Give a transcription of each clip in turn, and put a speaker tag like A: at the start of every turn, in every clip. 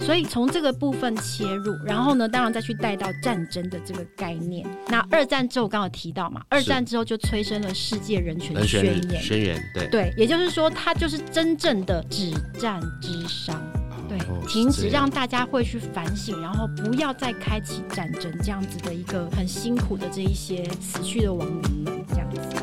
A: 所以从这个部分切入，然后呢，当然再去带到战争的这个概念。那二战之后，我刚好提到嘛，二战之后就催生了世界人权
B: 人
A: 宣
B: 选
A: 言。
B: 宣言，对
A: 对，也就是说，它就是真正的止战之殇。对，
B: 哦是
A: 停止
B: 这样
A: 让大家会去反省，然后不要再开启战争这样子的一个很辛苦的这一些死去的亡灵们这样子。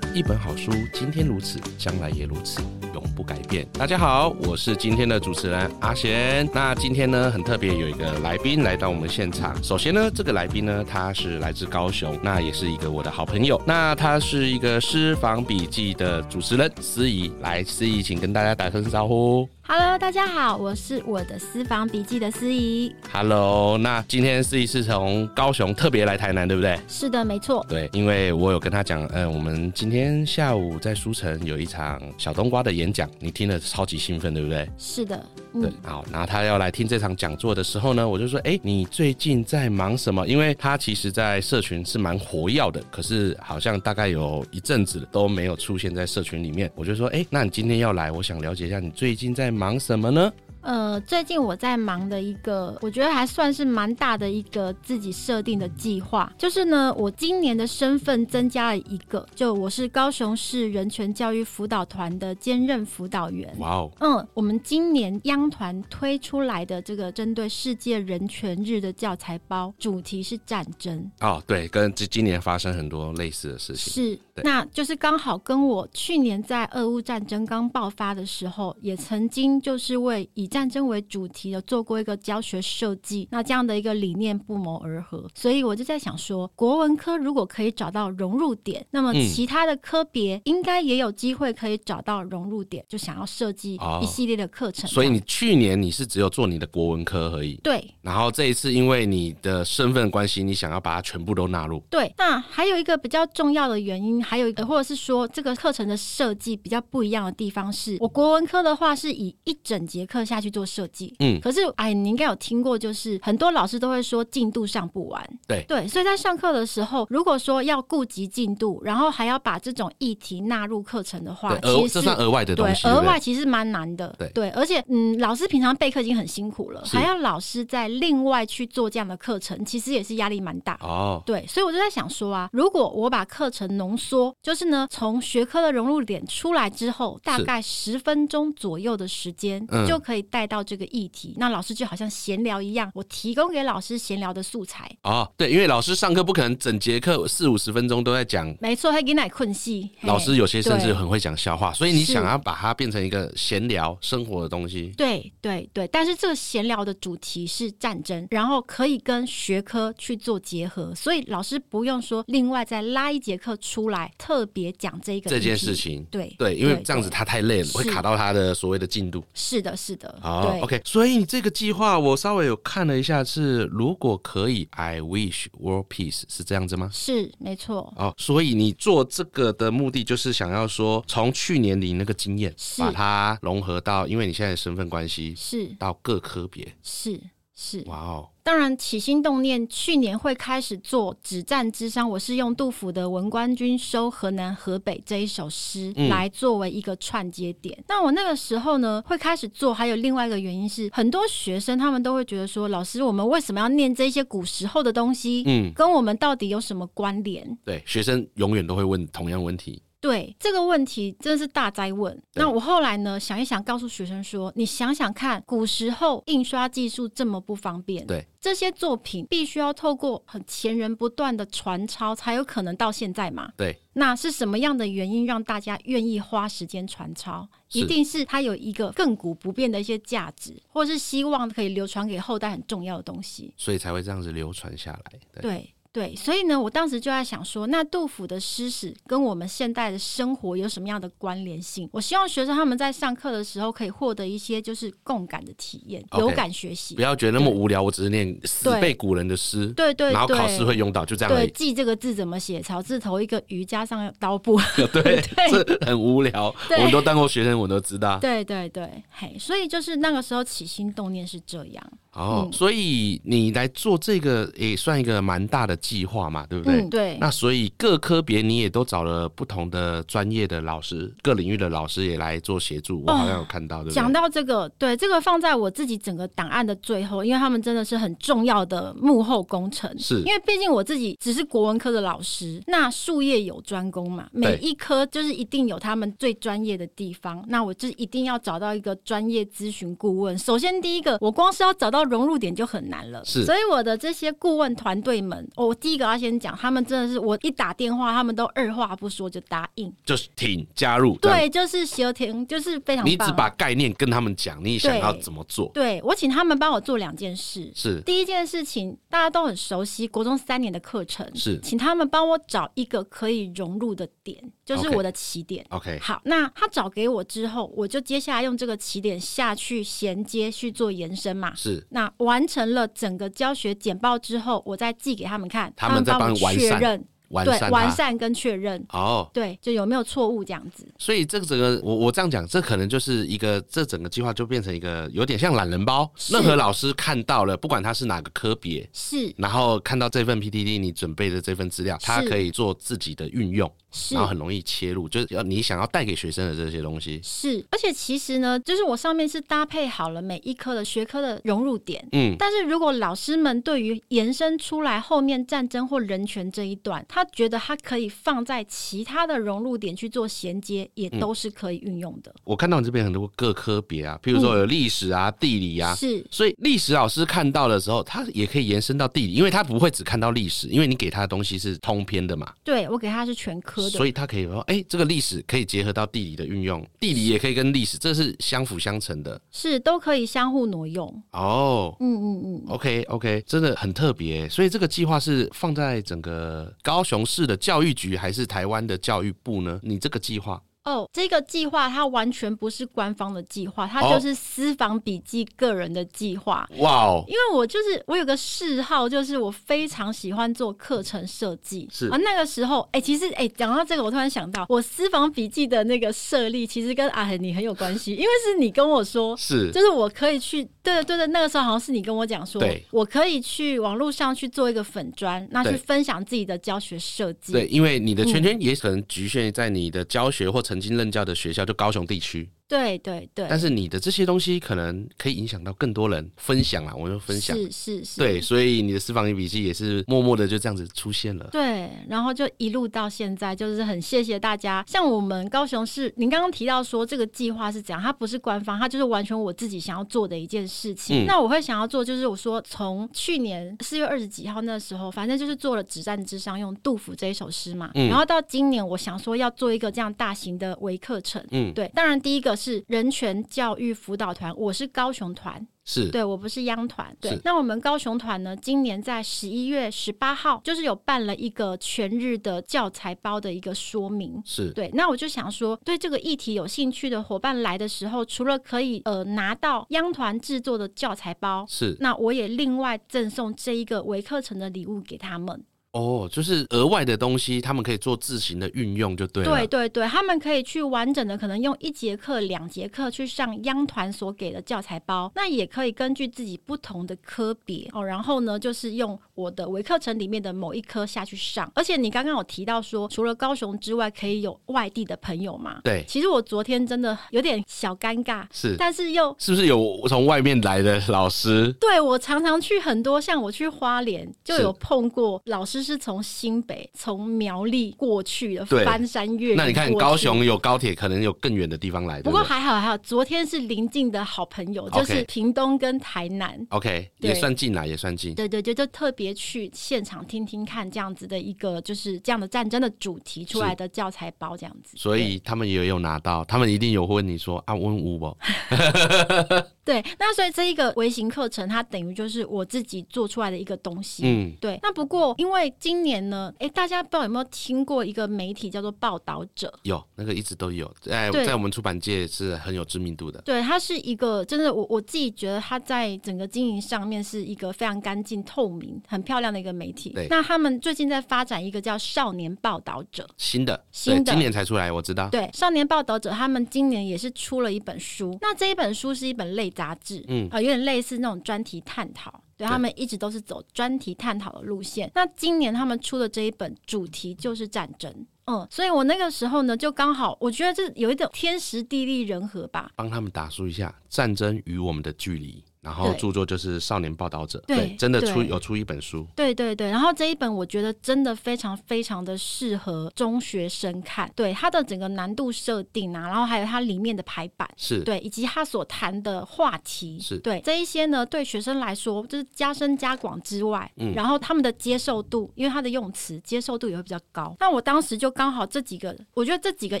B: 一本好书，今天如此，将来也如此，永不改变。大家好，我是今天的主持人阿贤。那今天呢，很特别，有一个来宾来到我们现场。首先呢，这个来宾呢，他是来自高雄，那也是一个我的好朋友。那他是一个《私房笔记》的主持人司仪。来，司仪，请跟大家打声招呼。
C: Hello，大家好，我是我的私房笔记的司仪。
B: Hello，那今天司仪是从高雄特别来台南，对不对？
C: 是的，没错，
B: 对，因为我有跟他讲，嗯，我们今天下午在书城有一场小冬瓜的演讲，你听了超级兴奋，对不对？
C: 是的，
B: 对
C: 嗯，，
B: 好，然后他要来听这场讲座的时候呢，我就说，哎，你最近在忙什么？因为他其实，在社群是蛮活跃的，可是好像大概有一阵子都没有出现在社群里面。我就说，哎，那你今天要来，我想了解一下你最近在忙什么呢？
C: 呃，最近我在忙的一个，我觉得还算是蛮大的一个自己设定的计划，就是呢，我今年的身份增加了一个，就我是高雄市人权教育辅导团的兼任辅导员。
B: 哇哦，
C: 嗯，我们今年央团推出来的这个针对世界人权日的教材包，主题是战争。
B: 哦，对，跟今今年发生很多类似的事情。
C: 是，
B: 对
C: 那就是刚好跟我去年在俄乌战争刚爆发的时候，也曾经就是为以战争为主题的做过一个教学设计，那这样的一个理念不谋而合，所以我就在想说，国文科如果可以找到融入点，那么
B: 嗯
C: 其他的科别应该也有机会可以找到融入点，就想要设计
B: 哦
C: 一系列的课程。
B: 所以你去年你是只有做你的国文科而已。
C: 对
B: 然后这一次因为你的身份关系，你想要把它全部都纳入。
C: 对，那还有一个比较重要的原因，还有一个或者是说这个课程的设计比较不一样的地方是，我国文科的话是以一整节课下去做设计，
B: 嗯
C: 可是哎，你应该有听过，就是很多老师都会说进度上不完，
B: 对
C: 对，所以在上课的时候，如果说要顾及进度，然后还要把这种议题纳入课程的话
B: 对，，
C: 其
B: 额
C: 实
B: 这
C: 是
B: 算额外的东
C: 对
B: 西，，对
C: 额
B: 不对
C: 外其实蛮难的。
B: 对
C: 而且嗯，老师平常备课已经很辛苦了，
B: 是
C: 还要老师再另外去做这样的课程，其实也是压力蛮大。
B: 哦，
C: 对，所以我就在想说啊，如果我把课程浓缩，就是呢，从学科的融入点出来之后，大
B: 是
C: 概十分钟左右的时间、
B: 嗯
C: 就可以带到这个议题。那老师就好像闲聊一样，我提供给老师闲聊的素材。
B: 哦，对，因为老师上课不可能整节课四五十分钟都在讲。
C: 没错，还给奶困戏。嘿
B: 老师有些甚至
C: 对
B: 很会讲笑话，所以你
C: 是
B: 想要把它变成一个闲聊生活的东西，
C: 对对对，但是这个闲聊的主题是战争，然后可以跟学科去做结合，所以老师不用说另外再拉一节课出来特别讲这个
B: 这件
C: 议题
B: 事。情，
C: 对
B: 对，因为这样子他太累了，
C: 是
B: 会卡到他的所谓的进度。
C: 是的，是的，
B: 哦
C: 对
B: ，OK，所以你这个计划我稍微有看了一下，是如果可以，I wish world peace 是这样子吗？
C: 是没错，
B: 哦，所以你做这个的目的就是想要说，从去年你那个经验，
C: 是
B: 把它融合到，因为你现在的身份关系
C: 是
B: 到各科别。
C: 是是。
B: 哇哦，
C: 当然，起心动念，去年会开始做《止战之殇》，我是用杜甫的《文官军收河南河北》这一首诗
B: 嗯
C: 来作为一个串接点。那我那个时候呢，会开始做，还有另外一个原因是，很多学生他们都会觉得说，老师，我们为什么要念这些古时候的东西？
B: 嗯，
C: 跟我们到底有什么关联？
B: 对，学生永远都会问同样问题。
C: 对这个问题真的是大灾问。
B: 对
C: 那我后来呢，想一想，告诉学生说，你想想看，古时候印刷技术这么不方便，
B: 对
C: 这些作品必须要透过很前人不断的传抄，才有可能到现在嘛。
B: 对，
C: 那是什么样的原因让大家愿意花时间传抄？
B: 是
C: 一定是它有一个亘古不变的一些价值，或是希望可以流传给后代很重要的东西。
B: 所以才会这样子流传下来。对，
C: 对。对，所以呢，我当时就在想说，那杜甫的诗史跟我们现代的生活有什么样的关联性？我希望学生他们在上课的时候可以获得一些就是共感的体验
B: OK
C: 有感学习
B: 不。要觉得那么无聊，我只是念死
C: 对
B: 背古人的诗，
C: 对对
B: 然后
C: 对，
B: 考试会用到，就这样而
C: 对
B: 已。
C: 记这个字怎么写，草字头一个鱼加上刀 部。
B: 对，
C: 对
B: 这很无聊。
C: 对
B: 我们都当过学生，我都知道。
C: 对对对，嘿，所以就是那个时候起心动念是这样。
B: 哦，所以你来做这个也算一个蛮大的计划嘛，对不对？
C: 嗯，对，
B: 那所以各科别你也都找了不同的专业的老师，各领域的老师也来做协助，我好像有看到，对不
C: 哦讲
B: 对？
C: 到这个，对这个放在我自己整个档案的最后，因为他们真的是很重要的幕后工程。
B: 是
C: 因为毕竟我自己只是国文科的老师，那术业有专攻嘛，每一科就是一定有他们最专业的地方。那我就是一定要找到一个专业咨询顾问。首先第一个，我光是要找到融入点就很难了，
B: 是
C: 所以我的这些顾问团队们，哦我第一个要先讲，他们真的是我一打电话，他们都二话不说就答应。
B: 就是挺加入，这样
C: 对，就是协婷，就是非常棒。
B: 你只把概念跟他们讲，你想要怎么做，
C: 对我请他们帮我做两件事。
B: 是
C: 第一件事情，大家都很熟悉国中三年的课程，
B: 是
C: 请他们帮我找一个可以融入的点，就是
B: OK
C: 我的起点。
B: OK，
C: 好，那他找给我之后，我就接下来用这个起点下去衔接去做延伸嘛。
B: 是
C: 那完成了整个教学简报之后，我再寄给他们看，
B: 他
C: 他
B: 们再帮
C: 帮我
B: 你完
C: 确
B: 善
C: 认，
B: 完
C: 对
B: 善，
C: 完
B: 它。
C: 善跟确认，
B: 哦，
C: 对，就有没有错误这样子。
B: 所以这个整个我我这样讲，这可能就是一个这整个计划就变成一个有点像懒人包，
C: 是
B: 任何老师看到了，不管他是哪个科别，
C: 是
B: 然后看到这份 PPT 你准备的这份资料，他
C: 是
B: 可以做自己的运用，
C: 是
B: 然后很容易切入，就是要你想要带给学生的这些东西。
C: 是，而且其实呢，就是我上面是搭配好了每一科的学科的融入点。
B: 嗯，
C: 但是如果老师们对于延伸出来后面战争或人权这一段，他觉得他可以放在其他的融入点去做衔接，也
B: 嗯
C: 都是可以运用的。
B: 我看到你这边很多各科别啊，譬如说有历史啊、地理啊。
C: 是
B: 所以历史老师看到的时候，他也可以延伸到地理，因为他不会只看到历史，因为你给他的东西是通篇的嘛，
C: 对我给他是全科的
B: 所，以他可以说，哎、这个历史可以结合到地理的运用，地理也可以跟历史，这是相辅相成的
C: 是都可以相互挪用。
B: 哦。
C: 嗯嗯嗯。
B: OK OK，真的很特别。所以这个计划是放在整个高雄市的教育局，还是台湾的教育部呢？你这个计划
C: 哦，这个计划它完全不是官方的计划，它
B: 哦
C: 就是私房笔记个人的计划。
B: 哇哦，
C: 因为我就是我有个嗜好，就是我非常喜欢做课程设计。
B: 是
C: 啊，那个时候，哎、其实哎，讲、到这个，我突然想到，我私房笔记的那个设立，其实跟阿恒你很有关 系，因为是你跟我说。
B: 是
C: 就是我可以去，对的对的，那个时候好像是你跟我讲说
B: 对，
C: 我可以去网络上去做一个粉砖，那去
B: 对
C: 分享自己的教学设计。
B: 对，因为你的
C: 嗯
B: 圈圈也可能局限在你的教学或曾经任教的学校，就高雄地区。
C: 对对对，
B: 但是你的这些东西可能可以影响到更多人分享啦，我就分享。
C: 是是是，
B: 对，所以你的私房笔记也是默默的就这样子出现了。
C: 对，然后就一路到现在，就是很谢谢大家。像我们高雄市，您刚刚提到说这个计划是怎样，它不是官方，它就是完全我自己想要做的一件事情。
B: 嗯
C: 那我会想要做，就是我说从去年四月二十几号那时候，反正就是做了《止战之殇》用杜甫这一首诗嘛，
B: 嗯
C: 然后到今年我想说要做一个这样大型的微课程。
B: 嗯，
C: 对，当然第一个是人权教育辅导团，我是高雄团，
B: 是
C: 对我不是央团，对
B: 是。
C: 那我们高雄团呢，今年在十一月十八号，就是有办了一个全日的教材包的一个说明。
B: 是，
C: 对，那我就想说，对这个议题有兴趣的伙伴来的时候，除了可以呃拿到央团制作的教材包，
B: 是
C: 那我也另外赠送这一个微课程的礼物给他们。
B: 哦，就是额外的东西，他们可以做自行的运用就对了。
C: 对对对，他们可以去完整的，可能用一节课、两节课去上央团所给的教材包，那也可以根据自己不同的科别哦，然后呢，就是用我的微课程里面的某一科下去上。而且你刚刚有提到说，除了高雄之外，可以有外地的朋友嘛？
B: 对
C: 其实我昨天真的有点小尴尬，
B: 是
C: 但是又
B: 是不是有从外面来的老师？
C: 对我常常去很多，像我去花莲就是有碰过老师是从新北、从苗栗过去的，
B: 对
C: 翻山越岭过去。
B: 那你看高雄有高铁，可能有更远的地方来，
C: 不
B: 对
C: 过
B: 对
C: 还好，还好，昨天是邻近的好朋友，
B: OK
C: 就是屏东跟台南。
B: ？OK，
C: 对
B: 也算近啦，也算近。
C: 对对对，就特别去现场听听看这样子的一个，就是这样的战争的主题出来的教材包这样子。
B: 所以他们也有拿到，他们一定有问你说啊，温五不？
C: 对对，那所以这一个微型课程，它等于就是我自己做出来的一个东西。
B: 嗯，
C: 对，那不过因为今年呢，诶，大家不知道有没有听过一个媒体叫做《报道者》。
B: 有那个一直都有，在
C: 对
B: 在我们出版界是很有知名度的。
C: 对，它是一个真的，我我自己觉得它在整个经营上面是一个非常干净、透明、很漂亮的一个媒体
B: 对。
C: 那他们最近在发展一个叫“少年报道者
B: 新的，
C: 新
B: 对
C: 的
B: 今年才出来，我知”。道。
C: 对，少年报道者他们今年也是出了一本书。那这一本书是一本类杂志，嗯，
B: 嗯
C: 啊、有点类似那种专题探讨。对
B: 对
C: 他们一直都是走专题探讨的路线。那今年他们出的这一本主题就是战争。嗯，所以我那个时候呢，就刚好我觉得这有一种天时地利人和吧，
B: 帮他们打书一下《战争与我们的距离》，然后
C: 对
B: 著作就是《少年报道者》，
C: 对
B: 真的出
C: 对
B: 有出一本书，
C: 对对对，然后这一本我觉得真的非常非常的适合中学生看，对它的整个难度设定啊，然后还有它里面的排版。
B: 是
C: 对，以及它所谈的话题，
B: 是
C: 对这一些呢，对学生来说就是加深加广之外，
B: 嗯
C: 然后他们的接受度，因为它的用词接受度也会比较高。那我当时就刚好这几个，我觉得这几个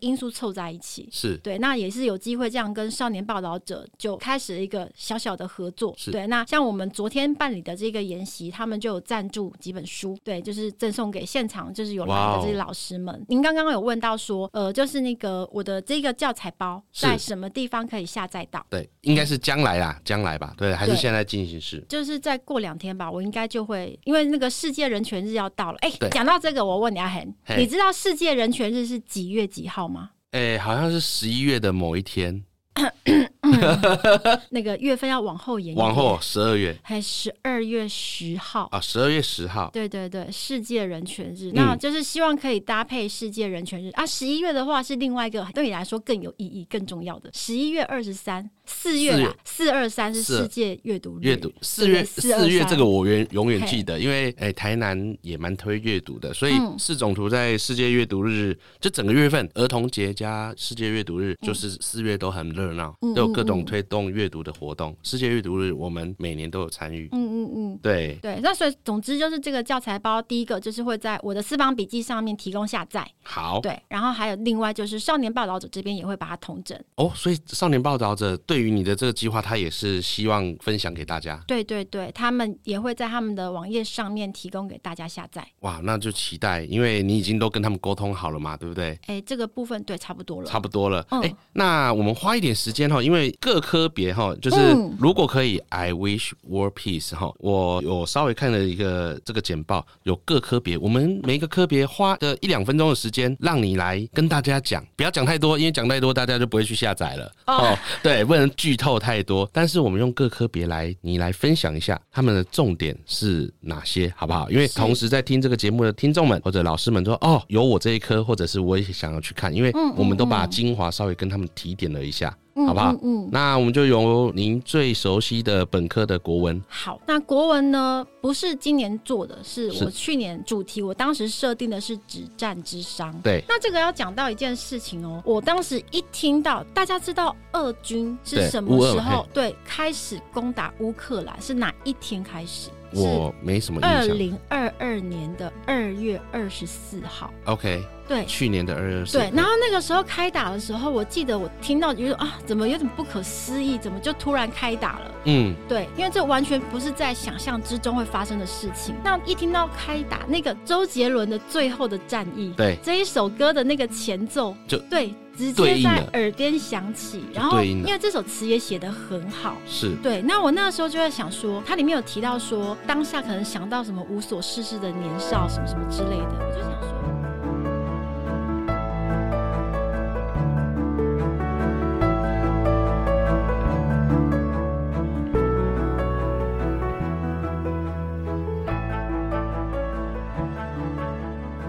C: 因素凑在一起，
B: 是
C: 对，那也是有机会这样跟少年报道者就开始了一个小小的合作
B: 是。
C: 对，那像我们昨天办理的这个研习，他们就有赞助几本书，对，就是赠送给现场就是有来
B: 哇哦
C: 的这些老师们。您刚刚有问到说，呃，就是那个我的这个教材包
B: 是
C: 在什么地方可以下载到？
B: 对，应该是将来啦，将来吧，对，还是
C: 对
B: 现在进行式。
C: 就是再过两天吧，我应该就会，因为那个世界人权日要到了。哎、
B: 对
C: 讲到这个，我问你阿恒，
B: 嘿
C: 你知道世界人权日是几月几号吗？
B: 哎、好像是十一月的某一天，
C: 那个月份要往后延，
B: 往后，十二月
C: 还十二月十号
B: 啊，十二月十号，
C: 对对对，世界人权
B: 嗯
C: 日，那就是希望可以搭配世界人权日、啊。十一月的话是另外一个对你来说更有意义、更重要的。十一月二十三，四月啦，四二三是世界阅读日。
B: 阅读四月
C: 423
B: 四月这个我永永远记得，因为哎、台南也蛮推阅读的，所以四种图在世界阅读日就整个月份，儿童节加世界阅读日，就是四月都很热闹，都有各种推动阅读的活动。世界阅读日我们每年都有参与，
C: 嗯嗯嗯，
B: 对，
C: 对。那所以总之就是这个教材包，第一个就是会在我的私房笔记上面提供下载，
B: 好
C: 对。然后还有另外就是少年报道者这边也会把它统整。
B: 哦，所以少年报道者对于你的这个计划，他也是希望分享给大家。
C: 对对对，他们也会在他们的网页上面提供给大家下载。
B: 哇，那就期待，因为你已经都跟他们沟通好了嘛，对不对？
C: 哎，这个部分对，差不多了。
B: 差不多了。哎、
C: 嗯
B: 那我们花一点时间哈，因为各科别哈，就是
C: 嗯
B: 如果可以、i wish war peace 哈。我有稍微看了一个这个简报，有各科别，我们每个科别花个一两分钟的时间，让你来跟大家讲，不要讲太多，因为讲太多大家就不会去下载了。
C: 哦
B: 哦，对，不能剧透太多。但是我们用各科别来，你来分享一下他们的重点是哪些，好不好？因为
C: 是
B: 同时在听这个节目的听众们或者老师们说，哦，有我这一科，或者是我也想要去看，因为
C: 嗯嗯
B: 我们都把精华稍微跟他们提点了一下，好不好？
C: 嗯。嗯
B: 那我们就由您最熟悉的本科的国文，
C: 好，那国文呢？不是今年做的，是
B: 是
C: 我去年主题，我当时设定的是止战之殇。
B: 对，
C: 那这个要讲到一件事情哦，我当时一听到大家知道俄军
B: 对
C: 是什
B: 乌
C: 么
B: 俄
C: 时
B: 嘛
C: 候对开始攻打乌克兰，是哪一天开始？是
B: 我没什么
C: 二
B: 印象。
C: 零二二年的二月二十四号。
B: OK，
C: 对，
B: 去年的二二四，
C: 对，然后那个时候开打的时候，我记得我听到有种啊，怎么有点不可思议，怎么就突然开打了？
B: 嗯，
C: 对，因为这完全不是在想象之中会发生的事情。那一听到开打那个周杰伦的《最后的战役》，
B: 对，
C: 这一首歌的那个前奏，
B: 就
C: 对，直
B: 对
C: 接
B: 应了
C: 在耳边响起。然后，
B: 对应
C: 因
B: 了
C: 为这首词也写得很好。
B: 是
C: 对，那我那个时候就在想说，它里面有提到说，当下可能想到什么无所事事的年少，什么什么之类的，我就想说。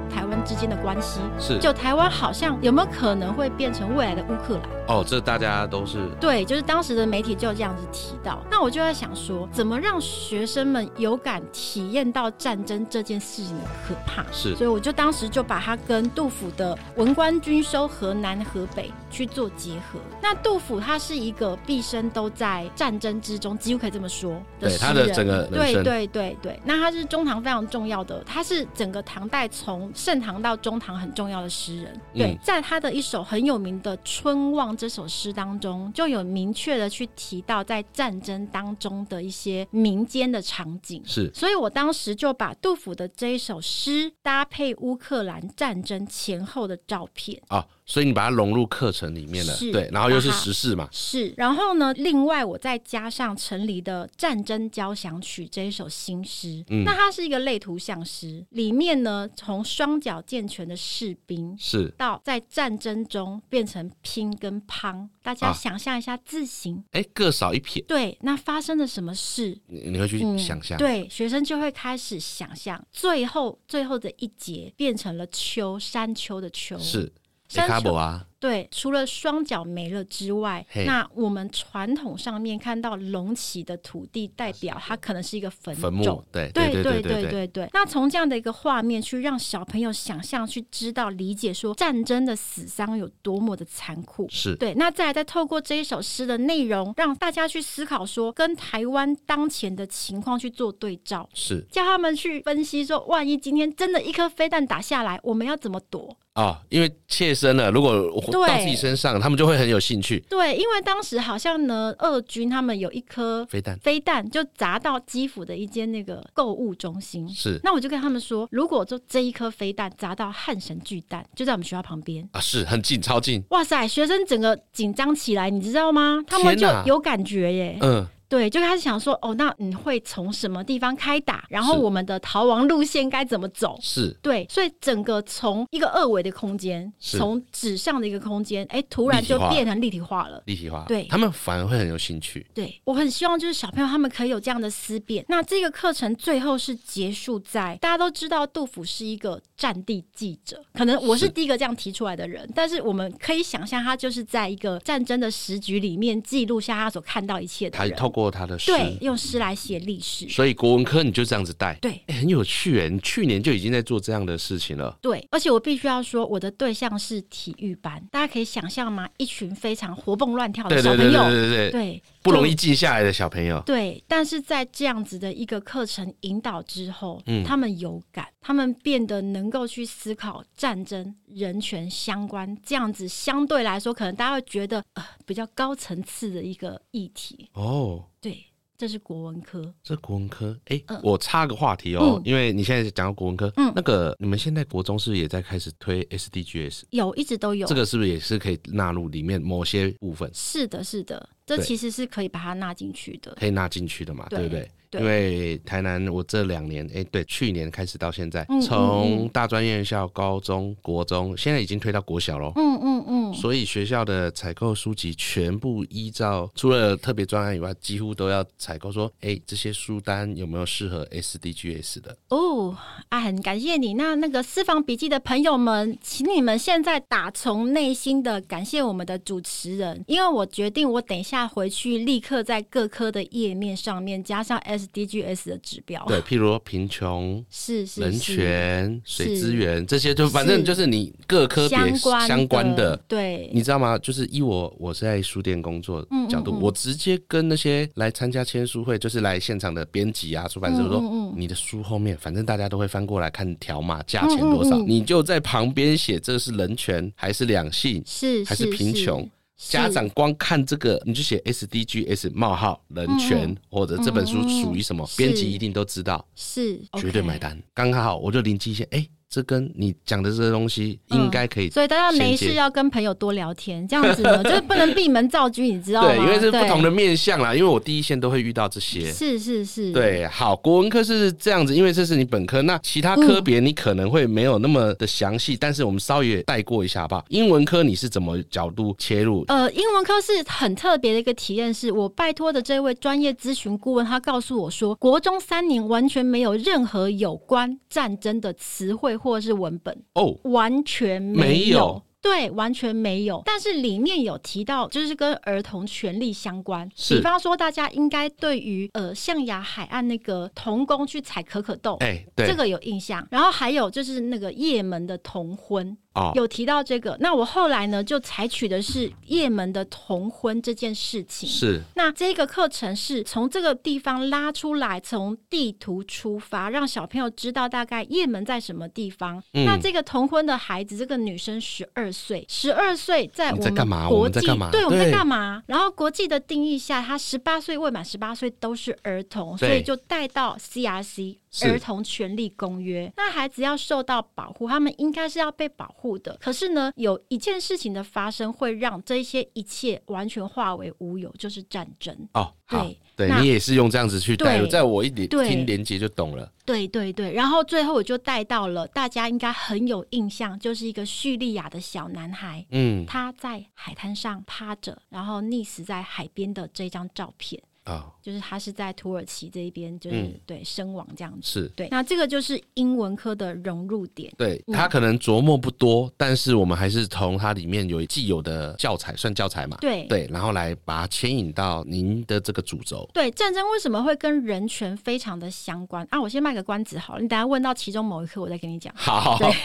C: 台湾之间的关系，
B: 是，
C: 就台湾好像有没有可能会变成未来的乌克兰？
B: 哦，这大家都是
C: 对，就是当时的媒体就这样子提到。那我就在想说，怎么让学生们有感体验到战争这件事情的可怕？
B: 是
C: 所以我就当时就把它跟杜甫的“文官军收河南河北”去做结合。那杜甫他是一个毕生都在战争之中，几乎可以这么说的
B: 对
C: 诗
B: 他
C: 人。
B: 的整个人
C: 对
B: 生
C: 对对对，那他是中唐非常重要的，他是整个唐代从盛唐到中唐很重要的诗人。对，
B: 嗯
C: 在他的一首很有名的《春望方》这首诗当中，就有明确的去提到在战争当中的一些民间的场景。
B: 是
C: 所以我当时就把杜甫的这一首诗搭配乌克兰战争前后的照片，
B: 啊，所以你把它融入课程里面了，
C: 是啊
B: 对，然后又是
C: 把它
B: 时事嘛，
C: 是，然后呢，另外我再加上陈黎的《战争交响曲》这一首新诗，
B: 嗯
C: 那它是一个类图像诗，里面呢，从双脚健全的士兵。
B: 是。
C: 到在战争中变成拼跟乓，大
B: 啊
C: 家想象一下字形，
B: 哎，各少一撇，
C: 对，那发生了什么事？
B: 你你会去
C: 嗯
B: 想象，
C: 对，学生就会开始想象，最后最后的一节变成了秋，山丘的丘
B: 是
C: 山丘
B: Acabo 啊，
C: 对，除了双脚没了之外
B: 嘿，
C: 那我们传统上面看到隆起的土地，代表它可能是一个坟
B: 坟
C: 冢
B: 墓。，对
C: 对
B: 对
C: 对
B: 对
C: 对对对。那从这样的一个画面去让小朋友想象、去知道、理解说战争的死伤有多么的残酷。
B: 是
C: 对，那再来再透过这一首诗的内容，让大家去思考说，跟台湾当前的情况去做对照，
B: 是
C: 叫他们去分析说，万一今天真的一颗飞弹打下来，我们要怎么躲？
B: 哦，因为切身了，如果我
C: 对
B: 到自己身上，他们就会很有兴趣。
C: 对，因为当时好像呢，俄军他们有一颗
B: 飞弹
C: 飞弹就砸到基辅的一间那个购物中心。
B: 是
C: 那我就跟他们说，如果就这一颗飞弹砸到汉神巨蛋，就在我们学校旁边。
B: 啊，是很近，超近。
C: 哇塞，学生整个紧张起来，你知道吗？他们
B: 天
C: 就
B: 哪
C: 有感觉耶。
B: 嗯，
C: 对，就开始想说，哦，那你会从什么地方开打？然后
B: 是
C: 我们的逃亡路线该怎么走？
B: 是
C: 对，所以整个从一个二维的空间，
B: 是
C: 从纸上的一个空间，哎，突然
B: 立体
C: 就
B: 化
C: 变成立体化了。
B: 立体化，
C: 对
B: 他们反而会很有兴趣。
C: 对我很希望就是小朋友他们可以有这样的思辨。那这个课程最后是结束在大家都知道杜甫是一个战地记者，可能我是
B: 是
C: 第一个这样提出来的人，但是我们可以想象他就是在一个战争的时局里面记录下他所看到一切的
B: 他
C: 人，
B: 透过他的诗，
C: 对，用诗来写历史，
B: 所以国文科你就这样子带，
C: 对。
B: 哎，很有趣哎。你去年就已经在做这样的事情了，
C: 对，而且我必须要说，我的对象是体育班，大家可以想象吗？一群非常活蹦乱跳的
B: 对
C: 哦小
B: 对
C: 朋
B: 对对
C: 友，
B: 对对对，
C: 对，
B: 不容
C: 就
B: 易静下来的小朋友，
C: 对，但是在这样子的一个课程引导之后，
B: 嗯
C: 他们有感，他们变得能够去思考战争、人权相关这样子，相对来说，可能大家会觉得呃比较高层次的一个议题。
B: 哦。
C: 对，这是国文科。
B: 这国文科，哎、我插个话题哦，
C: 嗯
B: 因为你现在讲到国文科，
C: 嗯
B: 那个你们现在国中是不是也在开始推 SDGs？
C: 有，一直都有。
B: 这个是不是也是可以纳入里面某些部分
C: 是的，是的，这
B: 对
C: 其实是可以把它纳进去的。
B: 可以纳进去的嘛？对
C: 对
B: 不对？
C: 对
B: 因为台南我这两年，哎，对，去年开始到现在
C: 嗯嗯，
B: 从大专院校、高中、国中，现在已经推到国小喽。
C: 嗯嗯嗯，
B: 所以学校的采购书籍全部依照除了特别专案以外，几乎都要采购说，哎，这些书单有没有适合 SDGs 的？
C: 哦，啊，很感谢你。那那个私房笔记的朋友们，请你们现在打从内心的感谢我们的主持人，因为我决定我等一下回去立刻在各科的页面上面加上 SDGs 的指标。
B: 对，譬如说贫穷、
C: 是，哦是是
B: 人权、水
C: 是
B: 资源这些，就反正
C: 是
B: 就是你各科别
C: 相关
B: 相关的，
C: 对
B: 你知道吗？就是以我我是在书店工作
C: 嗯嗯
B: 角度，
C: 嗯
B: 我直接跟那些来参加签书会，就是来现场的编辑啊、出版社
C: 嗯
B: 说，
C: 嗯嗯
B: 你的书后面反正大家都会翻过来看条码、价钱多少，
C: 嗯嗯嗯
B: 你就在旁边写这是人权还是两性
C: 是
B: 还是贫穷。
C: 是
B: 家长光看这个，你就写 SDGs 冒号人
C: 嗯
B: 权、或者这本书属于什么，
C: 是
B: 编辑一定都知道，
C: 是
B: 绝
C: OK
B: 对买单。刚好我就灵机一现，哎、这跟你讲的这个东西应该可以
C: 所以大家没
B: 衔接
C: 事要跟朋友多聊天，这样子 呢，就是不能闭门造车，你知道吗？
B: 对，因为是不
C: 对
B: 同的面向啦，因为我第一线都会遇到这些。
C: 是是是，，
B: 对，好，国文科是这样子，因为这是你本科，那其他科
C: 嗯
B: 别你可能会没有那么的详细，但是我们稍微也带过一下好不好？英文科你是怎么角度切入？
C: 呃，英文科是很特别的一个体验，是我拜托的这位专业咨询顾问，他告诉我说，国中三年完全没有任何有关战争的词汇或是文本，
B: 哦，
C: 完全
B: 没
C: 没
B: 有
C: 对，完全没有。但是里面有提到，就是跟儿童权利相关。
B: 是
C: 比方说，大家应该对于呃象牙海岸那个童工去采可可豆，
B: 哎、对，
C: 这个有印象。然后还有就是那个也门的童婚，
B: 哦，
C: 有提到这个。那我后来呢，就采取的是也门的同婚这件事情。
B: 是
C: 那这个课程是从这个地方拉出来，从地图出发，让小朋友知道大概也门在什么地方。
B: 嗯
C: 那这个同婚的孩子，这个女生十二岁，十二岁在
B: 你
C: 我
B: 在干嘛
C: 们
B: 我
C: 国
B: 们在
C: 际
B: 干嘛
C: 对我们在
B: 对
C: 干嘛？然后国际的定义下，她十八岁未满十八岁都是儿童，
B: 对
C: 所以就带到 CRC
B: 是
C: 儿童权利公约。那孩子要受到保护，他们应该是要被保护的。可是呢，有一件事情的发生，会让这些一切完全化为乌有，就是战争。
B: 哦，好
C: 对，
B: 对
C: 那
B: 你也是用这样子去带入，
C: 对
B: 在我一点
C: 对
B: 听连接就懂了。
C: 对对对，然后最后我就带到了大家应该很有印象，就是一个叙利亚的小男孩，
B: 嗯
C: 他在海滩上趴着，然后溺死在海边的这张照片，
B: 啊，
C: 就是他是在土耳其这一边，就是、
B: 嗯
C: 对身亡这样子。
B: 是
C: 对，那这个就是英文科的融入点。
B: 对
C: 嗯
B: 他可能琢磨不多，但是我们还是从它里面有既有的教材，算教材嘛，
C: 对
B: 对，然后来把它牵引到您的这个主轴。
C: 对，战争为什么会跟人权非常的相关啊？我先卖个关子好了，你等一下问到其中某一刻，我再跟你讲。
B: 好
C: 对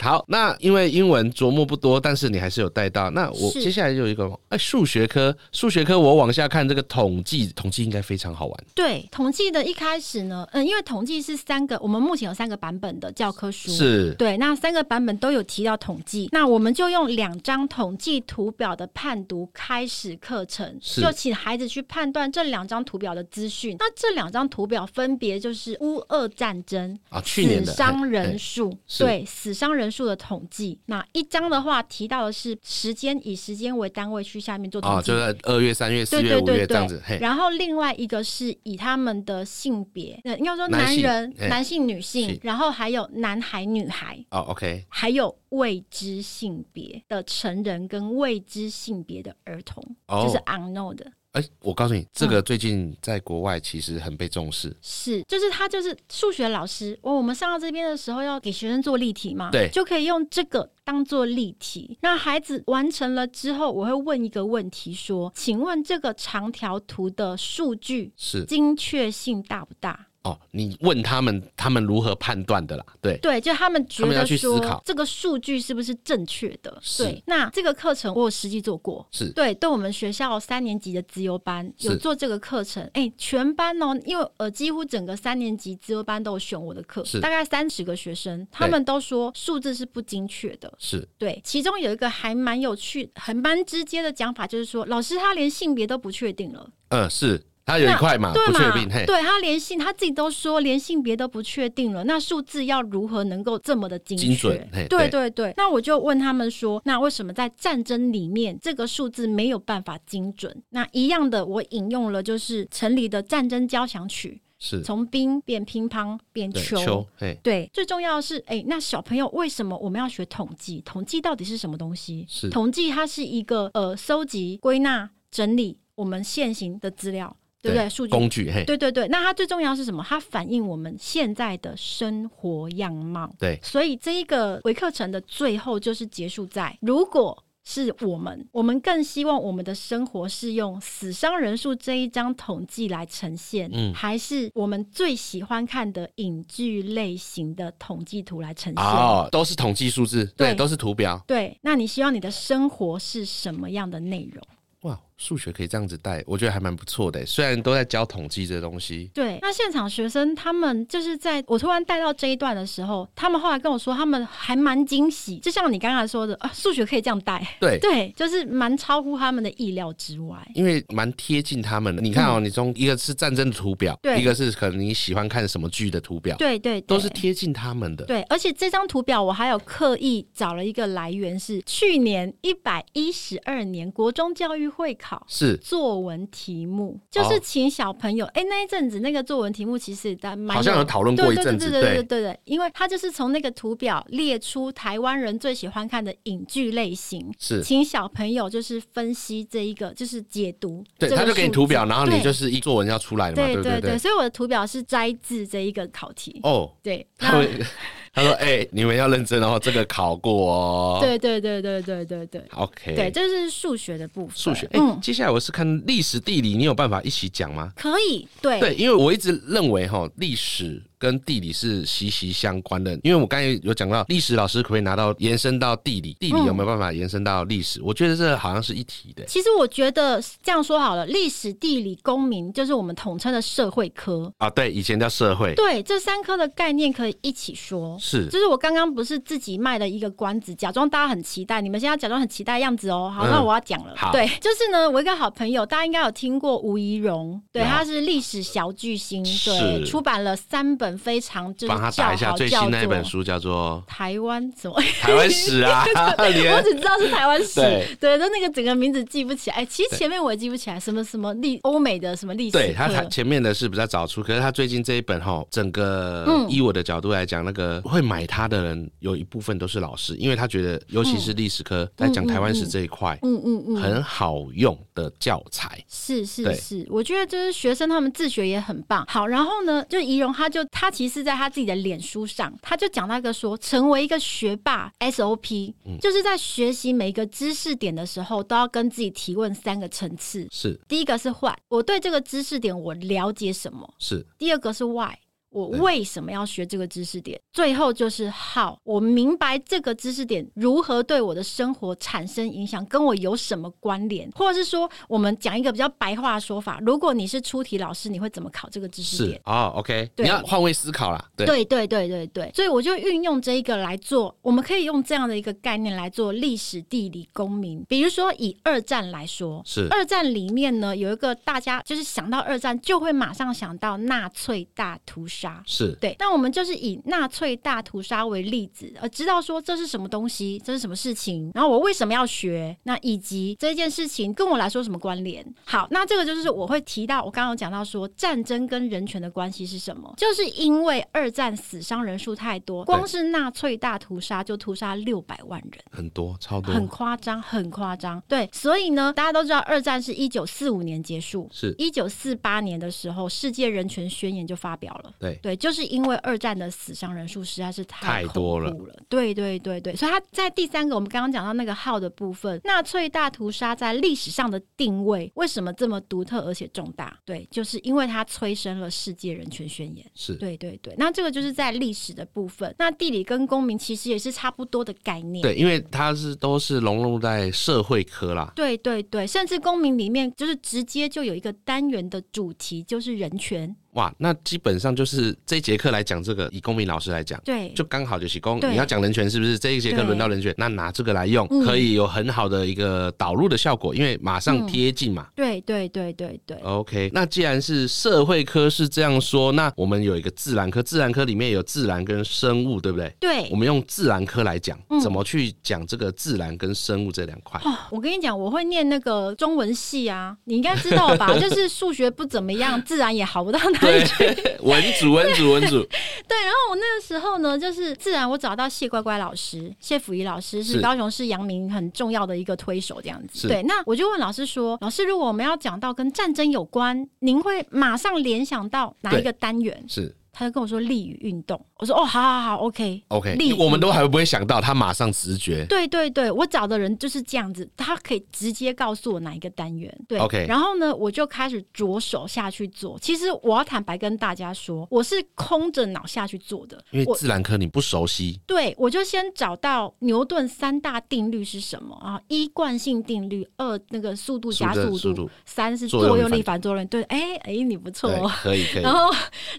B: 好，那因为英文琢磨不多，但是你还是有带到。那我
C: 是
B: 接下来就有一个哎，数学科，数学科我往下看这个统计，统计应该非常好玩。
C: 对，统计的一开始呢，嗯，因为统计是三个，我们目前有三个版本的教科书，
B: 是
C: 对，那三个版本都有提到统计，那我们就用两张统计图表的判读开始课程，
B: 是
C: 就请孩子去判断这两张图表的资讯。那这两张图表分别就是乌俄战争。
B: 啊，去年
C: 死
B: 的
C: 伤
B: 哎
C: 人
B: 哎
C: 数，
B: 是
C: 对死伤人数的统计，那一张的话提到的是时间以时间为单位去下面做统
B: 哦，
C: 计，
B: 就是二月、三月、四
C: 对
B: 月、
C: 对
B: 五
C: 对
B: 月这
C: 对
B: 样子，嘿，
C: 然后另外一个是以他们的性别，呃应该说
B: 男
C: 男
B: 性
C: 人、
B: 哎
C: 男性、女性
B: 是，
C: 然后还有男孩、女孩。
B: 哦，OK，
C: 还有未知性别的成人跟未知性别的儿童，
B: 哦
C: 就是嗯 unknown 的，
B: 哎、我告诉你，这个最近在国外其实很被重视。
C: 是就是他就是数学老师。哦我我们上到这边的时候要给学生做例题嘛，
B: 对
C: 就可以用这个当做例题。那孩子完成了之后，我会问一个问题说：请问这个长条图的数据
B: 是
C: 精确性大不大？
B: 哦，你问他们，他们如何判断的啦？对，
C: 对，就他们觉
B: 他们要
C: 得
B: 去思考
C: 说这个数据是不是正确的？
B: 是
C: 对，那这个课程我有实际做过。
B: 是
C: 对，对我们学校三年级的资优班有
B: 是
C: 做这个课程，哎，全班哦，因为呃几乎整个三年级资优班都有选我的课
B: 是，
C: 大概三十个学生，他
B: 对
C: 们都说数字是不精确的。
B: 是
C: 对，其中有一个还蛮有趣、很蛮直接的讲法，就是说老师他连性别都不确定了。
B: 嗯，是他有一
C: 那
B: 块嘛，
C: 对
B: 啊不
C: 嘛？
B: 确定，嘿，
C: 对他连性他自己都说连性别都不确定了，那数字要如何能够这么的精确？
B: 精准嘿
C: 对
B: 对
C: 对对。那我就问他们说，那为什么在战争里面这个数字没有办法精准？那一样的，我引用了就是陈黎的《战争交响曲
B: 是》，
C: 从兵变乒乓变
B: 对
C: 球。
B: 秋，嘿，
C: 对，最重要的是，哎，那小朋友为什么我们要学统计？统计到底是什么东西？
B: 是
C: 统计，它是一个呃，收集、归纳、整理我们现行的资料，对不对？数据
B: 工具，嘿，
C: 对对对，那它最重要是什么？它反映我们现在的生活样貌。
B: 对，
C: 所以这一个微课程的最后就是结束在，如果是我们，我们更希望我们的生活是用死伤人数这一张统计来呈现，
B: 嗯
C: 还是我们最喜欢看的影剧类型的统计图来呈现？
B: 哦，都是统计数字，对，
C: 对
B: 都是图表。
C: 对，那你希望你的生活是什么样的内容？
B: 哇，数学可以这样子带，我觉得还蛮不错的。虽然都在教统计这东西，
C: 对，那现场学生他们就是在我突然带到这一段的时候，他们后来跟我说，他们还蛮惊喜，就像你刚才说的，啊，数学可以这样带，
B: 对，啊
C: 对，就是蛮超乎他们的意料之外。
B: 因为蛮贴近他们的。你看哦，你从一个是战争的图表，
C: 嗯对
B: 一个是可能你喜欢看什么剧的图表，
C: 对对对，
B: 都是贴近他们的。
C: 对，而且这张图表我还有刻意找了一个来源，是去年一百一十二年国中教育会考。
B: 是，
C: 作文题目
B: 哦
C: 就是请小朋友，哎、那一阵子那个作文题目其实也蛮
B: 好像有讨论过
C: 对
B: 一
C: 对对
B: 阵子，
C: 对对对对对，因为他就是从那个图表列出台湾人最喜欢看的影剧类型，
B: 是。
C: 请小朋友就是分析这一个，就是解读这
B: 对，
C: 个数字。
B: 他就给你图表，然后你
C: 对
B: 就是一作文要出来了嘛，
C: 对
B: 对
C: 对
B: 对。
C: 所以我的图表是摘自这一个考题。
B: 哦，
C: 对，
B: 他
C: 那
B: 会 他说：“哎，你们要认真哦，这个考过哦。”
C: 对对对对对对对
B: ，OK，
C: 对，，这是数学的部分。
B: 数学。哎，
C: 嗯，
B: 接下来我是看历史地理，你有办法一起讲吗？
C: 可以，对
B: 对，因为我一直认为哈，历史跟地理是息息相关的。因为我刚才有讲到，历史老师可不可以拿到延伸到地理，地理有没有办法延伸到历史？我觉得这好像是一体的。
C: 其实我觉得这样说好了，历史、地理、公民就是我们统称的社会科。
B: 啊，对，以前叫社会，
C: 对，这三科的概念可以一起说。
B: 是
C: 就是我刚刚不是自己卖了一个关子，假装大家很期待，你们现在假装很期待的样子哦。好，
B: 嗯
C: 那我要讲了。
B: 好
C: 对，就是呢，我一个好朋友，大家应该有听过吴怡容，对，
B: 有
C: 他是历史小巨星，
B: 是
C: 对，出版了三本非常就是
B: 帮他
C: 叫
B: 打一下
C: 好
B: 最
C: 叫
B: 新那一
C: 座
B: 本书，叫做
C: 台湾怎么？
B: 《台湾史》啊，
C: 我
B: 连
C: 只知道是台湾史
B: 对，
C: 对，那那个整个名字记不起来。哎其实
B: 对
C: 前面我也记不起来，什么什么历欧美的什么历史
B: 对他他
C: 课，
B: 前面的是比较早出，可是他最近这一本哈，整个
C: 嗯
B: 以我的角度来讲，那个会买他的人有一部分都是老师，因为他觉得尤其是历史科在讲台湾史这一块
C: 嗯嗯嗯，
B: 很好用的教材。
C: 是是
B: 对
C: 是，我觉得就是学生他们自学也很棒。好，然后呢，就怡容他就他其实在他自己的脸书上，他就讲到一个说，成为一个学霸 SOP，、就是在学习每一个知识点的时候，都要跟自己提问三个层次。
B: 是
C: 第一个是 What，我对这个知识点我了解什么？
B: 是，
C: 第二个是 why，我
B: 对
C: 为什么要学这个知识点？最后就是 how，我明白这个知识点如何对我的生活产生影响，跟我有什么关联？或者是说，我们讲一个比较白话的说法，如果你是出题老师，你会怎么考这个知识
B: 是
C: 点？
B: 哦，OK，
C: 对
B: 你要换位思考啦，对，
C: 对对对对对，所以我就运用这一个来做，我们可以用这样的一个概念来做历史、地理、公民。比如说以二战来说，
B: 是
C: 二战里面呢有一个大家就是想到二战就会马上想到纳粹大屠杀，
B: 是
C: 对，那我们就是以纳粹大屠杀为例子，而知道说这是什么东西，这是什么事情，然后我为什么要学，那以及这件事情跟我来说有什么关联。好，那这个就是我会提到，我刚刚有讲到说战争跟人权的关系是什么，就是因为二战死伤人数太多，光是纳粹大屠杀就屠杀六百万人。
B: 很多超多，
C: 很夸张，很夸张。对，所以呢，大家都知道，二战是一九四五年结束，
B: 是
C: 一九四八年的时候，《世界人权宣言》就发表了。
B: 对
C: 对，就是因为二战的死伤人数实在是
B: 太
C: 太
B: 多了
C: 恐怖了。对对对对，所以他在第三个我们刚刚讲到那个号的部分，纳粹大屠杀在历史上的定位为什么这么独特而且重大？对，就是因为它催生了世界人权宣言。
B: 是
C: 对对对，那这个就是在历史的部分，那地理跟公民其实也是差不多的概念。
B: 对，因为它是都是融入在社会科啦，
C: 对对对，甚至公民里面就是直接就有一个单元的主题就是人权，
B: 哇，那基本上就是这节课来讲这个，以公民老师来讲。
C: 对，
B: 就刚好就是公，
C: 对
B: 你要讲人权是不是？这一节课
C: 对
B: 轮到人权，那拿这个来用，
C: 嗯
B: 可以有很好的一个导入的效果，因为马上贴近嘛。
C: 对对对对对，
B: OK，那既然是社会科是这样说，那我们有一个自然科，自然科里面有自然跟生物，对不对？
C: 对
B: 我。们用自然科来讲，
C: 嗯
B: 怎么去讲这个自然跟生物这两块？
C: 哦，我跟你讲，我会念那个中文系啊，你应该知道 吧？就是数学不怎么样，自然也好不到哪里
B: 对
C: 去。，
B: 文组文组 文组，
C: 对， 然后我那个时候呢，就是自然我找到谢乖乖老师，谢辅仪老师
B: 是
C: 是高雄市阳明很重要的一个推手，这样
B: 是
C: 子。对，那我就问老师说，老师，如果我们要讲到跟战争有关，您会马上联想到哪一个单元？
B: 是
C: 他就跟我说利于运动，我说哦，好好好，OK。
B: OK，
C: 例如
B: 我们都还不会想到，他马上直觉。
C: 对对对，我找的人就是这样子，他可以直接告诉我哪一个单元。对
B: OK
C: 然后呢，我就开始着手下去做。其实我要坦白跟大家说，我是空着脑下去做的。
B: 因为
C: 我
B: 自然科你不熟悉，
C: 对，我就先找到牛顿三大定律是什么啊？一惯性定律，二那个速度加
B: 速的
C: 速
B: 速
C: 度，
B: 度
C: 三是
B: 作用
C: 作
B: 力
C: 用力
B: 反
C: 反作用力。对，哎哎，你不错
B: 对
C: 哦。，
B: 可以可以
C: 然，后，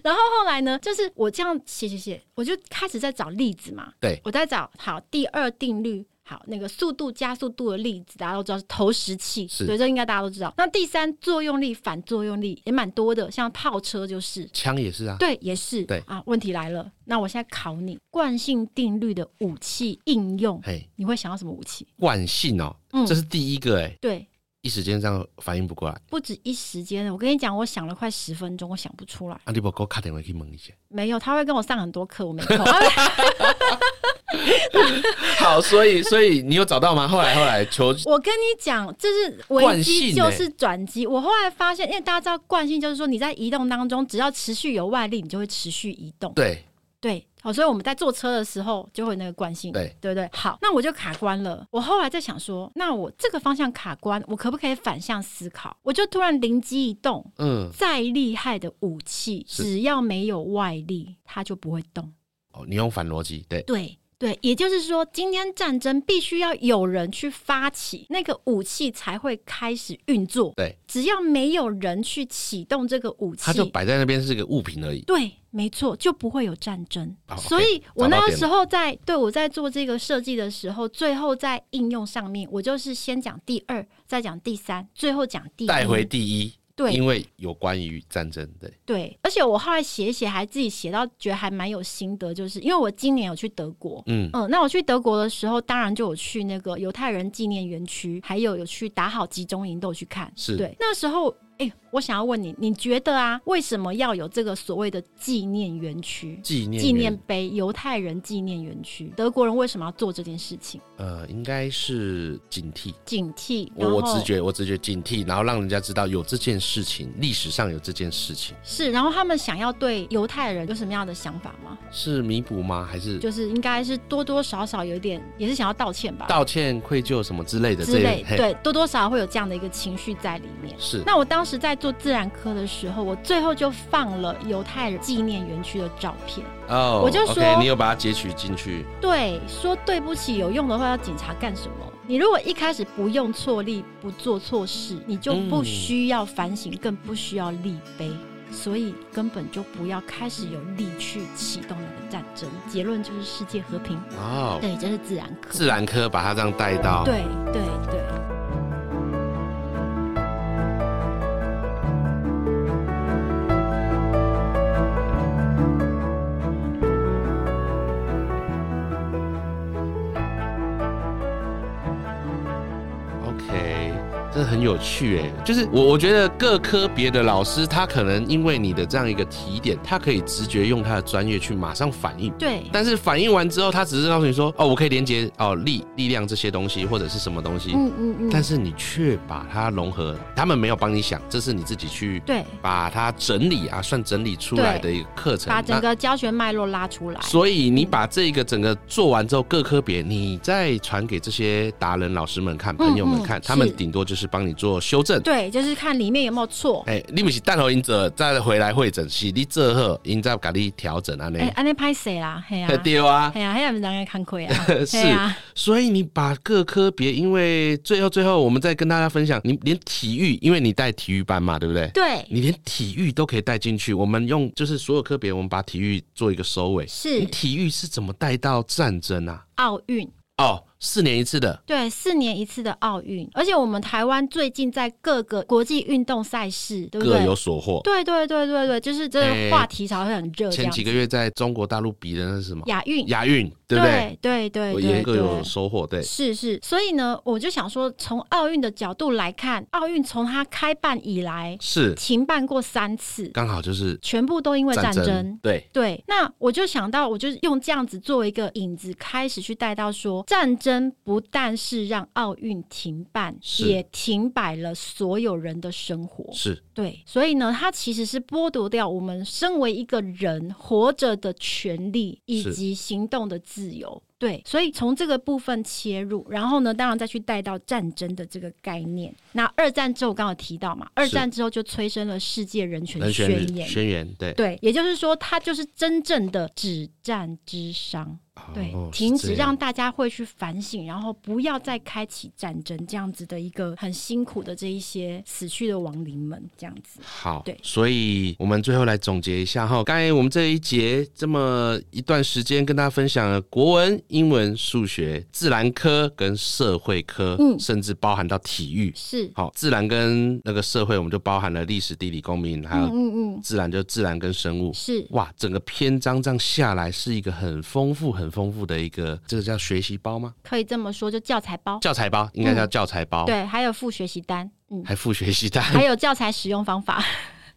C: 然后后来呢，就是我这样写写写，我就开始在找例子嘛。
B: 对
C: 我在找好第二定律。好，那个速度加速度的例子，大家都知道是投石器，
B: 是
C: 对，这应该大家都知道。那第三，作用力、反作用力也蛮多的，像炮车就是，
B: 枪也是啊，
C: 对，也是，
B: 对
C: 啊。问题来了，那我现在考你，惯性定律的武器应用，
B: 嘿，
C: 你会想要什么武器？
B: 惯性哦，
C: 嗯
B: 这是第一个哎、
C: 对，
B: 一时间这样反应不过来。
C: 不止一时间，我跟你讲，我想了快十分钟，我想不出来。
B: 啊，你把我打电话去问一下，
C: 没有，他会跟我上很多课，我没 空。
B: 好，所以所以你有找到吗？后来后来求
C: 我跟你讲，这是
B: 惯
C: 危机
B: 性欸
C: 就是转机。我后来发现，因为大家知道惯性就是说你在移动当中，只要持续有外力，你就会持续移动。
B: 对
C: 对，好，所以我们在坐车的时候就会有那个惯性，
B: 对
C: 对不对？好，那我就卡关了。我后来在想说，那我这个方向卡关，我可不可以反向思考？我就突然灵机一动，
B: 嗯，
C: 再厉害的武器，
B: 是
C: 只要没有外力，它就不会动。
B: 哦，你用反逻辑，对，
C: 对。对，也就是说，今天战争必须要有人去发起，那个武器才会开始运作。
B: 对，
C: 只要没有人去启动这个武器，
B: 它就摆在那边是个物品而已。
C: 对，没错，就不会有战争。
B: 好
C: 所
B: OK，
C: 以我
B: 找到
C: 那个
B: 点
C: 时候在对我在做这个设计的时候，最后在应用上面，我就是先讲第二，再讲第三，最后讲第一。
B: 带回第一，
C: 对
B: 因为有关于战争，对，
C: 对，而且我后来写一写，还自己写到觉得还蛮有心得，就是因为我今年有去德国。
B: 嗯，
C: 嗯，那我去德国的时候，当然就有去那个犹太人纪念园区，还有有去打好集中营，都有去看。
B: 是
C: 对，那时候，哎、我想要问你，你觉得啊，为什么要有这个所谓的纪念园区？
B: 纪念
C: 纪念
B: 园
C: 碑犹太人纪念园区，德国人为什么要做这件事情？
B: 呃，应该是警惕。
C: 警惕，然
B: 我
C: 后
B: 我直觉，我直觉警惕，然后让人家知道有这件事情，历史上有这件事情，
C: 是，然后他们想要对犹太人有什么样的想法吗？
B: 是弥补吗？还是
C: 就是应该是多多少少有一点，也是想要道歉吧，
B: 道歉、愧疚什么之类的？
C: 之类
B: 这，嘿，
C: 对，多多少少会有这样的一个情绪在里面。
B: 是
C: 那我当时在做自然科的时候，我最后就放了犹太人纪念园区的照片。
B: 哦，
C: 我就
B: o
C: 说
B: k 你有把它截取进去，
C: 对，说对不起有用的话，要警察干什么？你如果一开始不用错力，不做错事，你就
B: 嗯
C: 不需要反省，更不需要立碑，所以根本就不要开始有力去启动那个战争。结论就是世界和平。
B: 哦，
C: 对，这是自然科。
B: 自然科把它这样带到，
C: 对对对。
B: OK，这很有趣诶，就是我我觉得各科别的老师，他可能因为你的这样一个提点，他可以直觉用他的专业去马上反应。
C: 对
B: 但是反应完之后，他只是告诉你说，哦，我可以连接哦力力量这些东西或者是什么东西，
C: 嗯嗯嗯，
B: 但是你却把它融合，他们没有帮你想，这是你自己去
C: 对，
B: 把它整理啊，算整理出来的
C: 对
B: 一个课程。
C: 把整
B: 那
C: 个教学脉络拉出来。
B: 所以你把这个整个做完之后，各科别你再传给这些达人老师们看、朋友们看，
C: 嗯
B: 他们
C: 是
B: 顶多就是帮你做修正。
C: 对，就是看里面有没有错。
B: 哎、你不是带头赢者，再回来会诊，是你这后因再给你调整啊呢
C: 哎，？安尼拍谁啦？嘿呀、
B: 哎对啊，
C: 嘿呀、嘿呀、啊，人家看亏啊
B: 。是
C: 嘿啊
B: 所以你把各科别，因为最后最后我们再跟大家分享，你连体育，因为你带体育班嘛，对不对？
C: 对，
B: 你连体育都可以带进去，我们用就是所有科别，我们把体育做一个收尾。你
C: 是
B: 体育是怎么带到战争啊？
C: 奥运。
B: 哦，四年一次的，
C: 对，四年一次的奥运，而且我们台湾最近在各个国际运动赛事，对不
B: 各
C: 对？
B: 有所获。
C: 对对对对对，就是这个
B: 哎
C: 话题才会很热这
B: 前
C: 样
B: 几
C: 子。
B: 个月在中国大陆比的那是什么？
C: 亚运，
B: 亚运，对不对？
C: 对对对
B: 我
C: 对
B: 也各有
C: 对，
B: 收获，对，
C: 是是，所以呢，我就想说，从奥运的角度来看，奥运从它开办以来
B: 是
C: 停办过三次，
B: 刚好就是
C: 全部都因为
B: 战
C: 战
B: 争，对，
C: 对，那我就想到，我就是用这样子作为一个引子，开始去带到说，战争不但是让奥运停办，
B: 是
C: 也停摆了所有人的生活。
B: 是
C: 对，所以呢，它其实是剥夺掉我们身为一个人活着的权利以
B: 是
C: 及行动的自由。对，所以从这个部分切入，然后呢，当然再去带到战争的这个概念。那二战之后，我刚刚有提到嘛，二
B: 是
C: 战之后就催生了世界人权
B: 人权
C: 宣言
B: 日，宣言，对，
C: 对，也就是说，它就是真正的止战之殇。对，
B: 哦
C: 停
B: 是
C: 止
B: 这样
C: 让大家会去反省，然后不要再开启战争这样子的一个很辛苦的这一些死去的亡灵们这样子。
B: 好，
C: 对
B: 所以我们最后来总结一下哈，刚才我们这一节这么一段时间跟大家分享了国文、英文、数学、自然科跟社会科，
C: 嗯
B: 甚至包含到体育。
C: 是，
B: 好，自然跟那个社会，我们就包含了历史、地理、公民，还
C: 嗯
B: 有
C: 嗯嗯，
B: 自然就自然跟生物。
C: 是
B: 哇，整个篇章这样下来，是一个很丰富、很丰富的一个，这个叫学习包吗？
C: 可以这么说，就教材包，
B: 教材包应 该叫教材包，，
C: 对，还有副学习单，嗯，
B: 还附学习单，
C: 还有教材使用方法，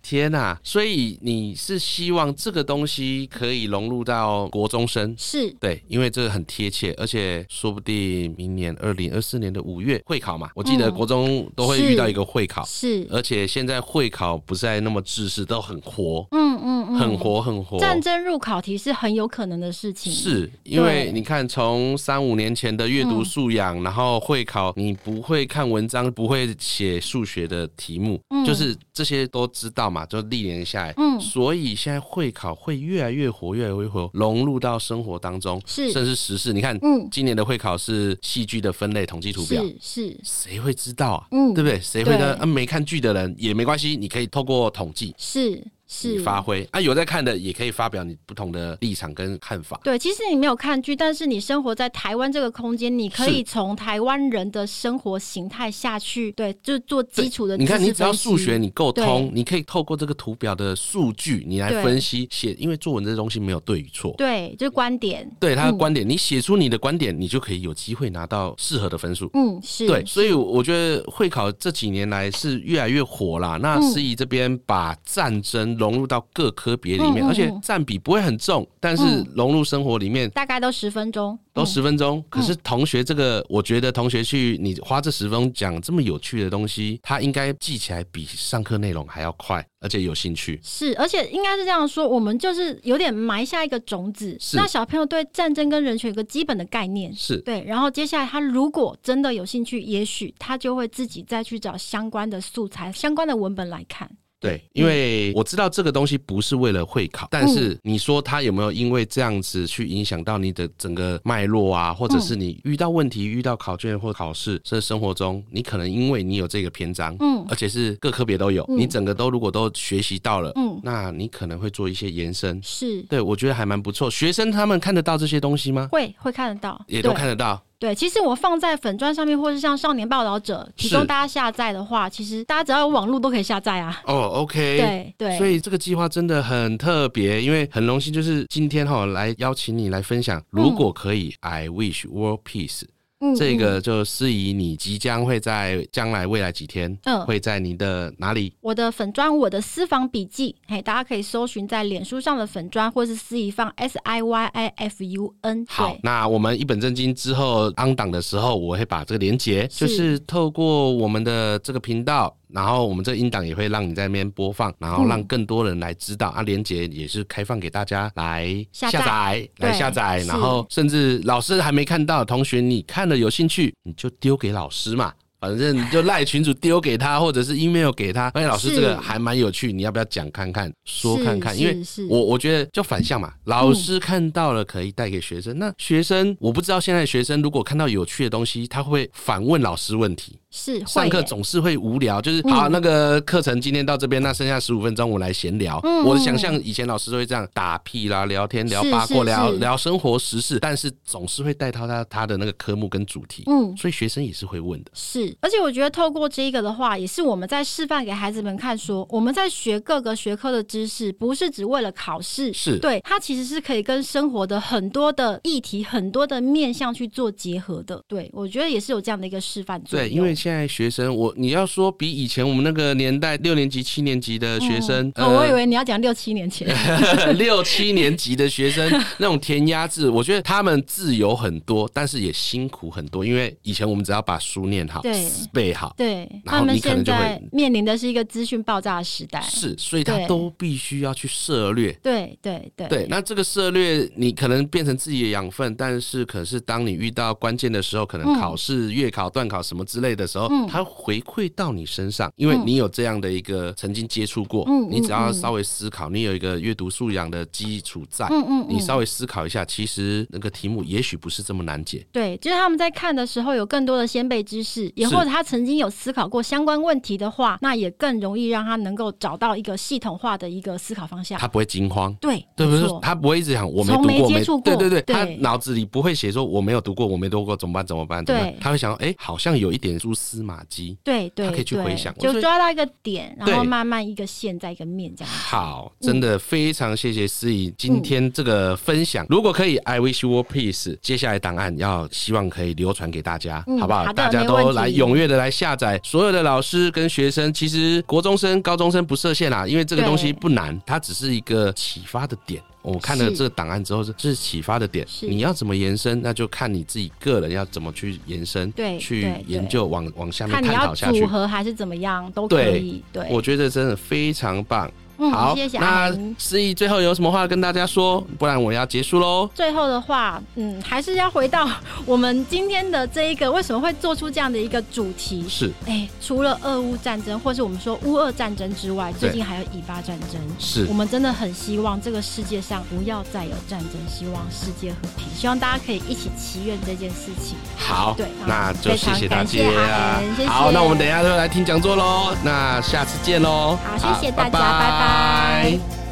B: 天呐、所以你是希望这个东西可以融入到国中生？
C: 是
B: 对，因为这个很贴切，而且说不定明年二零二四年的五月会考嘛，我记得
C: 嗯
B: 国中都会
C: 是
B: 遇到一个会考，
C: 是，
B: 而且现在会考不再那么制式，都很活，
C: 嗯嗯嗯，
B: 很活，很活。
C: 战争入考题是很有可能的事情，
B: 是因为你看，从三五年前的阅
C: 嗯
B: 读素养，然后会考，你不会看文章，不会写数学的题目，
C: 嗯
B: 就是这些都知道嘛，就历年下来，
C: 嗯
B: 所以现在会考会越来越活，越来越活，融入到生活当中，
C: 是
B: 甚至时事。你看，
C: 嗯
B: 今年的会考是戏剧的分类统计图表，
C: 是是
B: 谁会知道啊？
C: 嗯
B: 对不对？谁会呢？
C: 对
B: 啊，没看剧的人也没关系，你可以透过统计。
C: 是
B: 你
C: 是
B: 发挥啊，有在看的也可以发表你不同的立场跟看法。
C: 对，其实你没有看剧，但是你生活在台湾这个空间，你可
B: 是
C: 以从台湾人的生活形态下去，对，就做基础的
B: 你看，
C: 知识
B: 你只要
C: 分析
B: 数学你够通
C: 对，
B: 你可以透过这个图表的数据，你来
C: 对
B: 分析写，因为作文这东西没有对与错。
C: 对，嗯就是观点，
B: 对他的观点，你写出你的观点，你就可以有机会拿到适合的分数。
C: 嗯，是，
B: 对，所以我觉得会考这几年来是越来越火啦。那
C: 嗯
B: 思怡这边把战争融入到各科别里面，
C: 嗯嗯
B: 而且
C: 嗯
B: 占比不会很重，但是
C: 嗯
B: 融入生活里面
C: 大概都十分钟，
B: 都
C: 嗯
B: 十分钟，可是同学这个，我觉得同学去你花这十分钟讲这么有趣的东西，他应该记起来比上课内容还要快，而且有兴趣。
C: 是，而且应该是这样说，我们就是有点埋下一个种子，
B: 是
C: 那小朋友对战争跟人权有个基本的概念。
B: 是
C: 对，然后接下来他如果真的有兴趣，也许他就会自己再去找相关的素材、相关的文本来看。
B: 对，因
C: 嗯
B: 为我知道这个东西不是为了会考，但是你说他有没有因为这样子去影响到你的整个脉络啊，或者
C: 嗯
B: 是你遇到问题、遇到考卷或考试，甚至生活中，你可能因为你有这个篇章，
C: 嗯
B: 而且是各科别都有，
C: 嗯
B: 你整个都如果都学习到了，
C: 嗯，
B: 那你可能会做一些延伸。
C: 是
B: 对，我觉得还蛮不错。学生他们看得到这些东西吗？
C: 会会看得到，
B: 也都
C: 对
B: 看得到。
C: 对，其实我放在粉砖上面，或是像少年报道者提
B: 是
C: 供大家下载的话，其实大家只要有网络都可以下载啊。
B: 哦，OK。。
C: 对对，
B: 所以这个计划真的很特别，因为很荣幸，就是今天哈、来邀请你来分享。如果可以、i wish world peace。
C: 嗯
B: 这个就适宜你即将会在将来未来几天，
C: 嗯
B: 会在你的哪里？
C: 我的粉砖，我的私房笔记，嘿，大家可以搜寻在脸书上的粉砖，或是私一放 S I Y I F U N。嗯
B: 好
C: 对，，
B: 那我们一本正经之后安档的时候，我会把这个连接，
C: 是
B: 就是透过我们的这个频道，然后我们这个音档也会让你在那边播放，然后
C: 嗯
B: 让更多人来知道、啊。连接也是开放给大家来下
C: 下
B: 载，
C: 载
B: 来
C: 对
B: 下载，
C: 是
B: 然后甚至老师还没看到，同学你看了有兴趣，你就丢给老师嘛。反正你就赖群主丢给他，或者是 email 给他。哎，老师
C: 是
B: 这个还蛮有趣，你要不要讲看看，说看看？
C: 是
B: 因为
C: 是
B: 我我觉得就反向
C: 嗯
B: 嘛，老师看到了可以带给学生，那学生我不知道现在的学生如果看到有趣的东西，他会反问老师问题。
C: 是会
B: 上课
C: 耶嗯
B: 总是会无聊，就是好那个课程今天到这边，那剩下十五分钟我来闲聊。我想象以前老师都会这样打屁啦、聊天、聊
C: 嗯是
B: 八
C: 是
B: 卦、聊
C: 是
B: 聊生活时事，但是总是会带到他他的那个科目跟主题，
C: 嗯
B: 所以学生也是会问的。
C: 是，而且我觉得透过这个的话，也是我们在示范给孩子们看说我们在学各个学科的知识，不是只为了考试，
B: 是
C: 对它其实是可以跟生活的很多的议题、很多的面向去做结合的。对我觉得也是有这样的一个示范作
B: 对，
C: 用。
B: 因为现在学生，我你要说比以前我们那个年代六年级、七年级的学生，
C: 哦，我以为你要讲六七年 前，
B: 六七年级的学 生那种填鸭字，我觉得他们自由很多，但是也辛苦很多，因为以前我们只要把书念好
C: 对、
B: 背好，
C: 对
B: 然后
C: 他们
B: 你可能
C: 现
B: 就会
C: 在面临的是一个资讯爆炸的时代。
B: 是，所以他
C: 对
B: 都必须要去涉略。
C: 对对对
B: 对，那这个涉略你可能变成自己的养分，但是可是当你遇到关键的时候，可
C: 嗯
B: 能考试、月考、段考什么之类的时候，它回馈到你身上，因为你有这样的一个曾经接触过，
C: 嗯
B: 你只要
C: 嗯嗯
B: 稍微思考，你有一个阅读素养的基础在，
C: 嗯嗯
B: 你稍微思考一下，其实那个题目也许不是这么难解。
C: 对，就是他们在看的时候有更多的先辈知识，也
B: 是
C: 或者他曾经有思考过相关问题的话，那也更容易让他能够找到一个系统化的一个思考方向
B: 他。不会惊慌，
C: 对，
B: 对不
C: 没
B: 对
C: 错？
B: 他不会一直想我没
C: 从
B: 读
C: 没
B: 过，
C: 接触
B: 对
C: 过
B: 对对，
C: 对
B: 他脑子里不会写说我没有读过，我没读过怎么办怎么办怎么办，
C: 对
B: 他会想哎，诶好像有一点蛛司马迹。
C: 对对，
B: 他可以去
C: 对
B: 回想我所
C: 就
B: 以
C: 抓到一个点，然后
B: 对
C: 慢慢一个线在一个面这样。
B: 好，真
C: 嗯
B: 的非常谢谢思怡今天这个分享。如果可以，I wish you all peace。接下来档案要希望可以流传给大家，
C: 嗯
B: 好不好？
C: 好的
B: 大家
C: 没
B: 都
C: 问题
B: 来踊跃的来下载。所有的老师跟学生，其实国中生、高中生不设限啦，因为这个
C: 对
B: 东西不难，它只是一个启发的点。我看了这个档案之后，是这是启发的点。
C: 是
B: 你要怎么延伸，那就看你自己个人要怎么去延伸，
C: 对
B: 去
C: 对
B: 研
C: 对
B: 究，往往下面
C: 看你
B: 探
C: 要
B: 讨下去
C: 组。合还是怎么样都可
B: 对
C: 以。对，
B: 我觉得真的非常棒。
C: 嗯，
B: 好，
C: 谢谢阿
B: 那
C: 明。
B: 思怡最后有什么话跟大家说？不然我要结束喽。
C: 最后的话，嗯，还是要回到我们今天的这一个为什么会做出这样的一个主题。
B: 是
C: 哎，除了俄乌战争，或是我们说乌俄战争之外，最
B: 对
C: 近还有以巴战争。
B: 是
C: 我，们真的很希望这个世界上不要再有战争，希望世界和平，希望大家可以一起祈愿这件事情。
B: 好
C: 对，
B: 那就谢谢大
C: 非常感
B: 家
C: 谢阿言谢谢
B: 好，那我们等一下就来听讲座喽。那下次见喽。
C: 好，谢谢大家，
B: 拜
C: 拜拜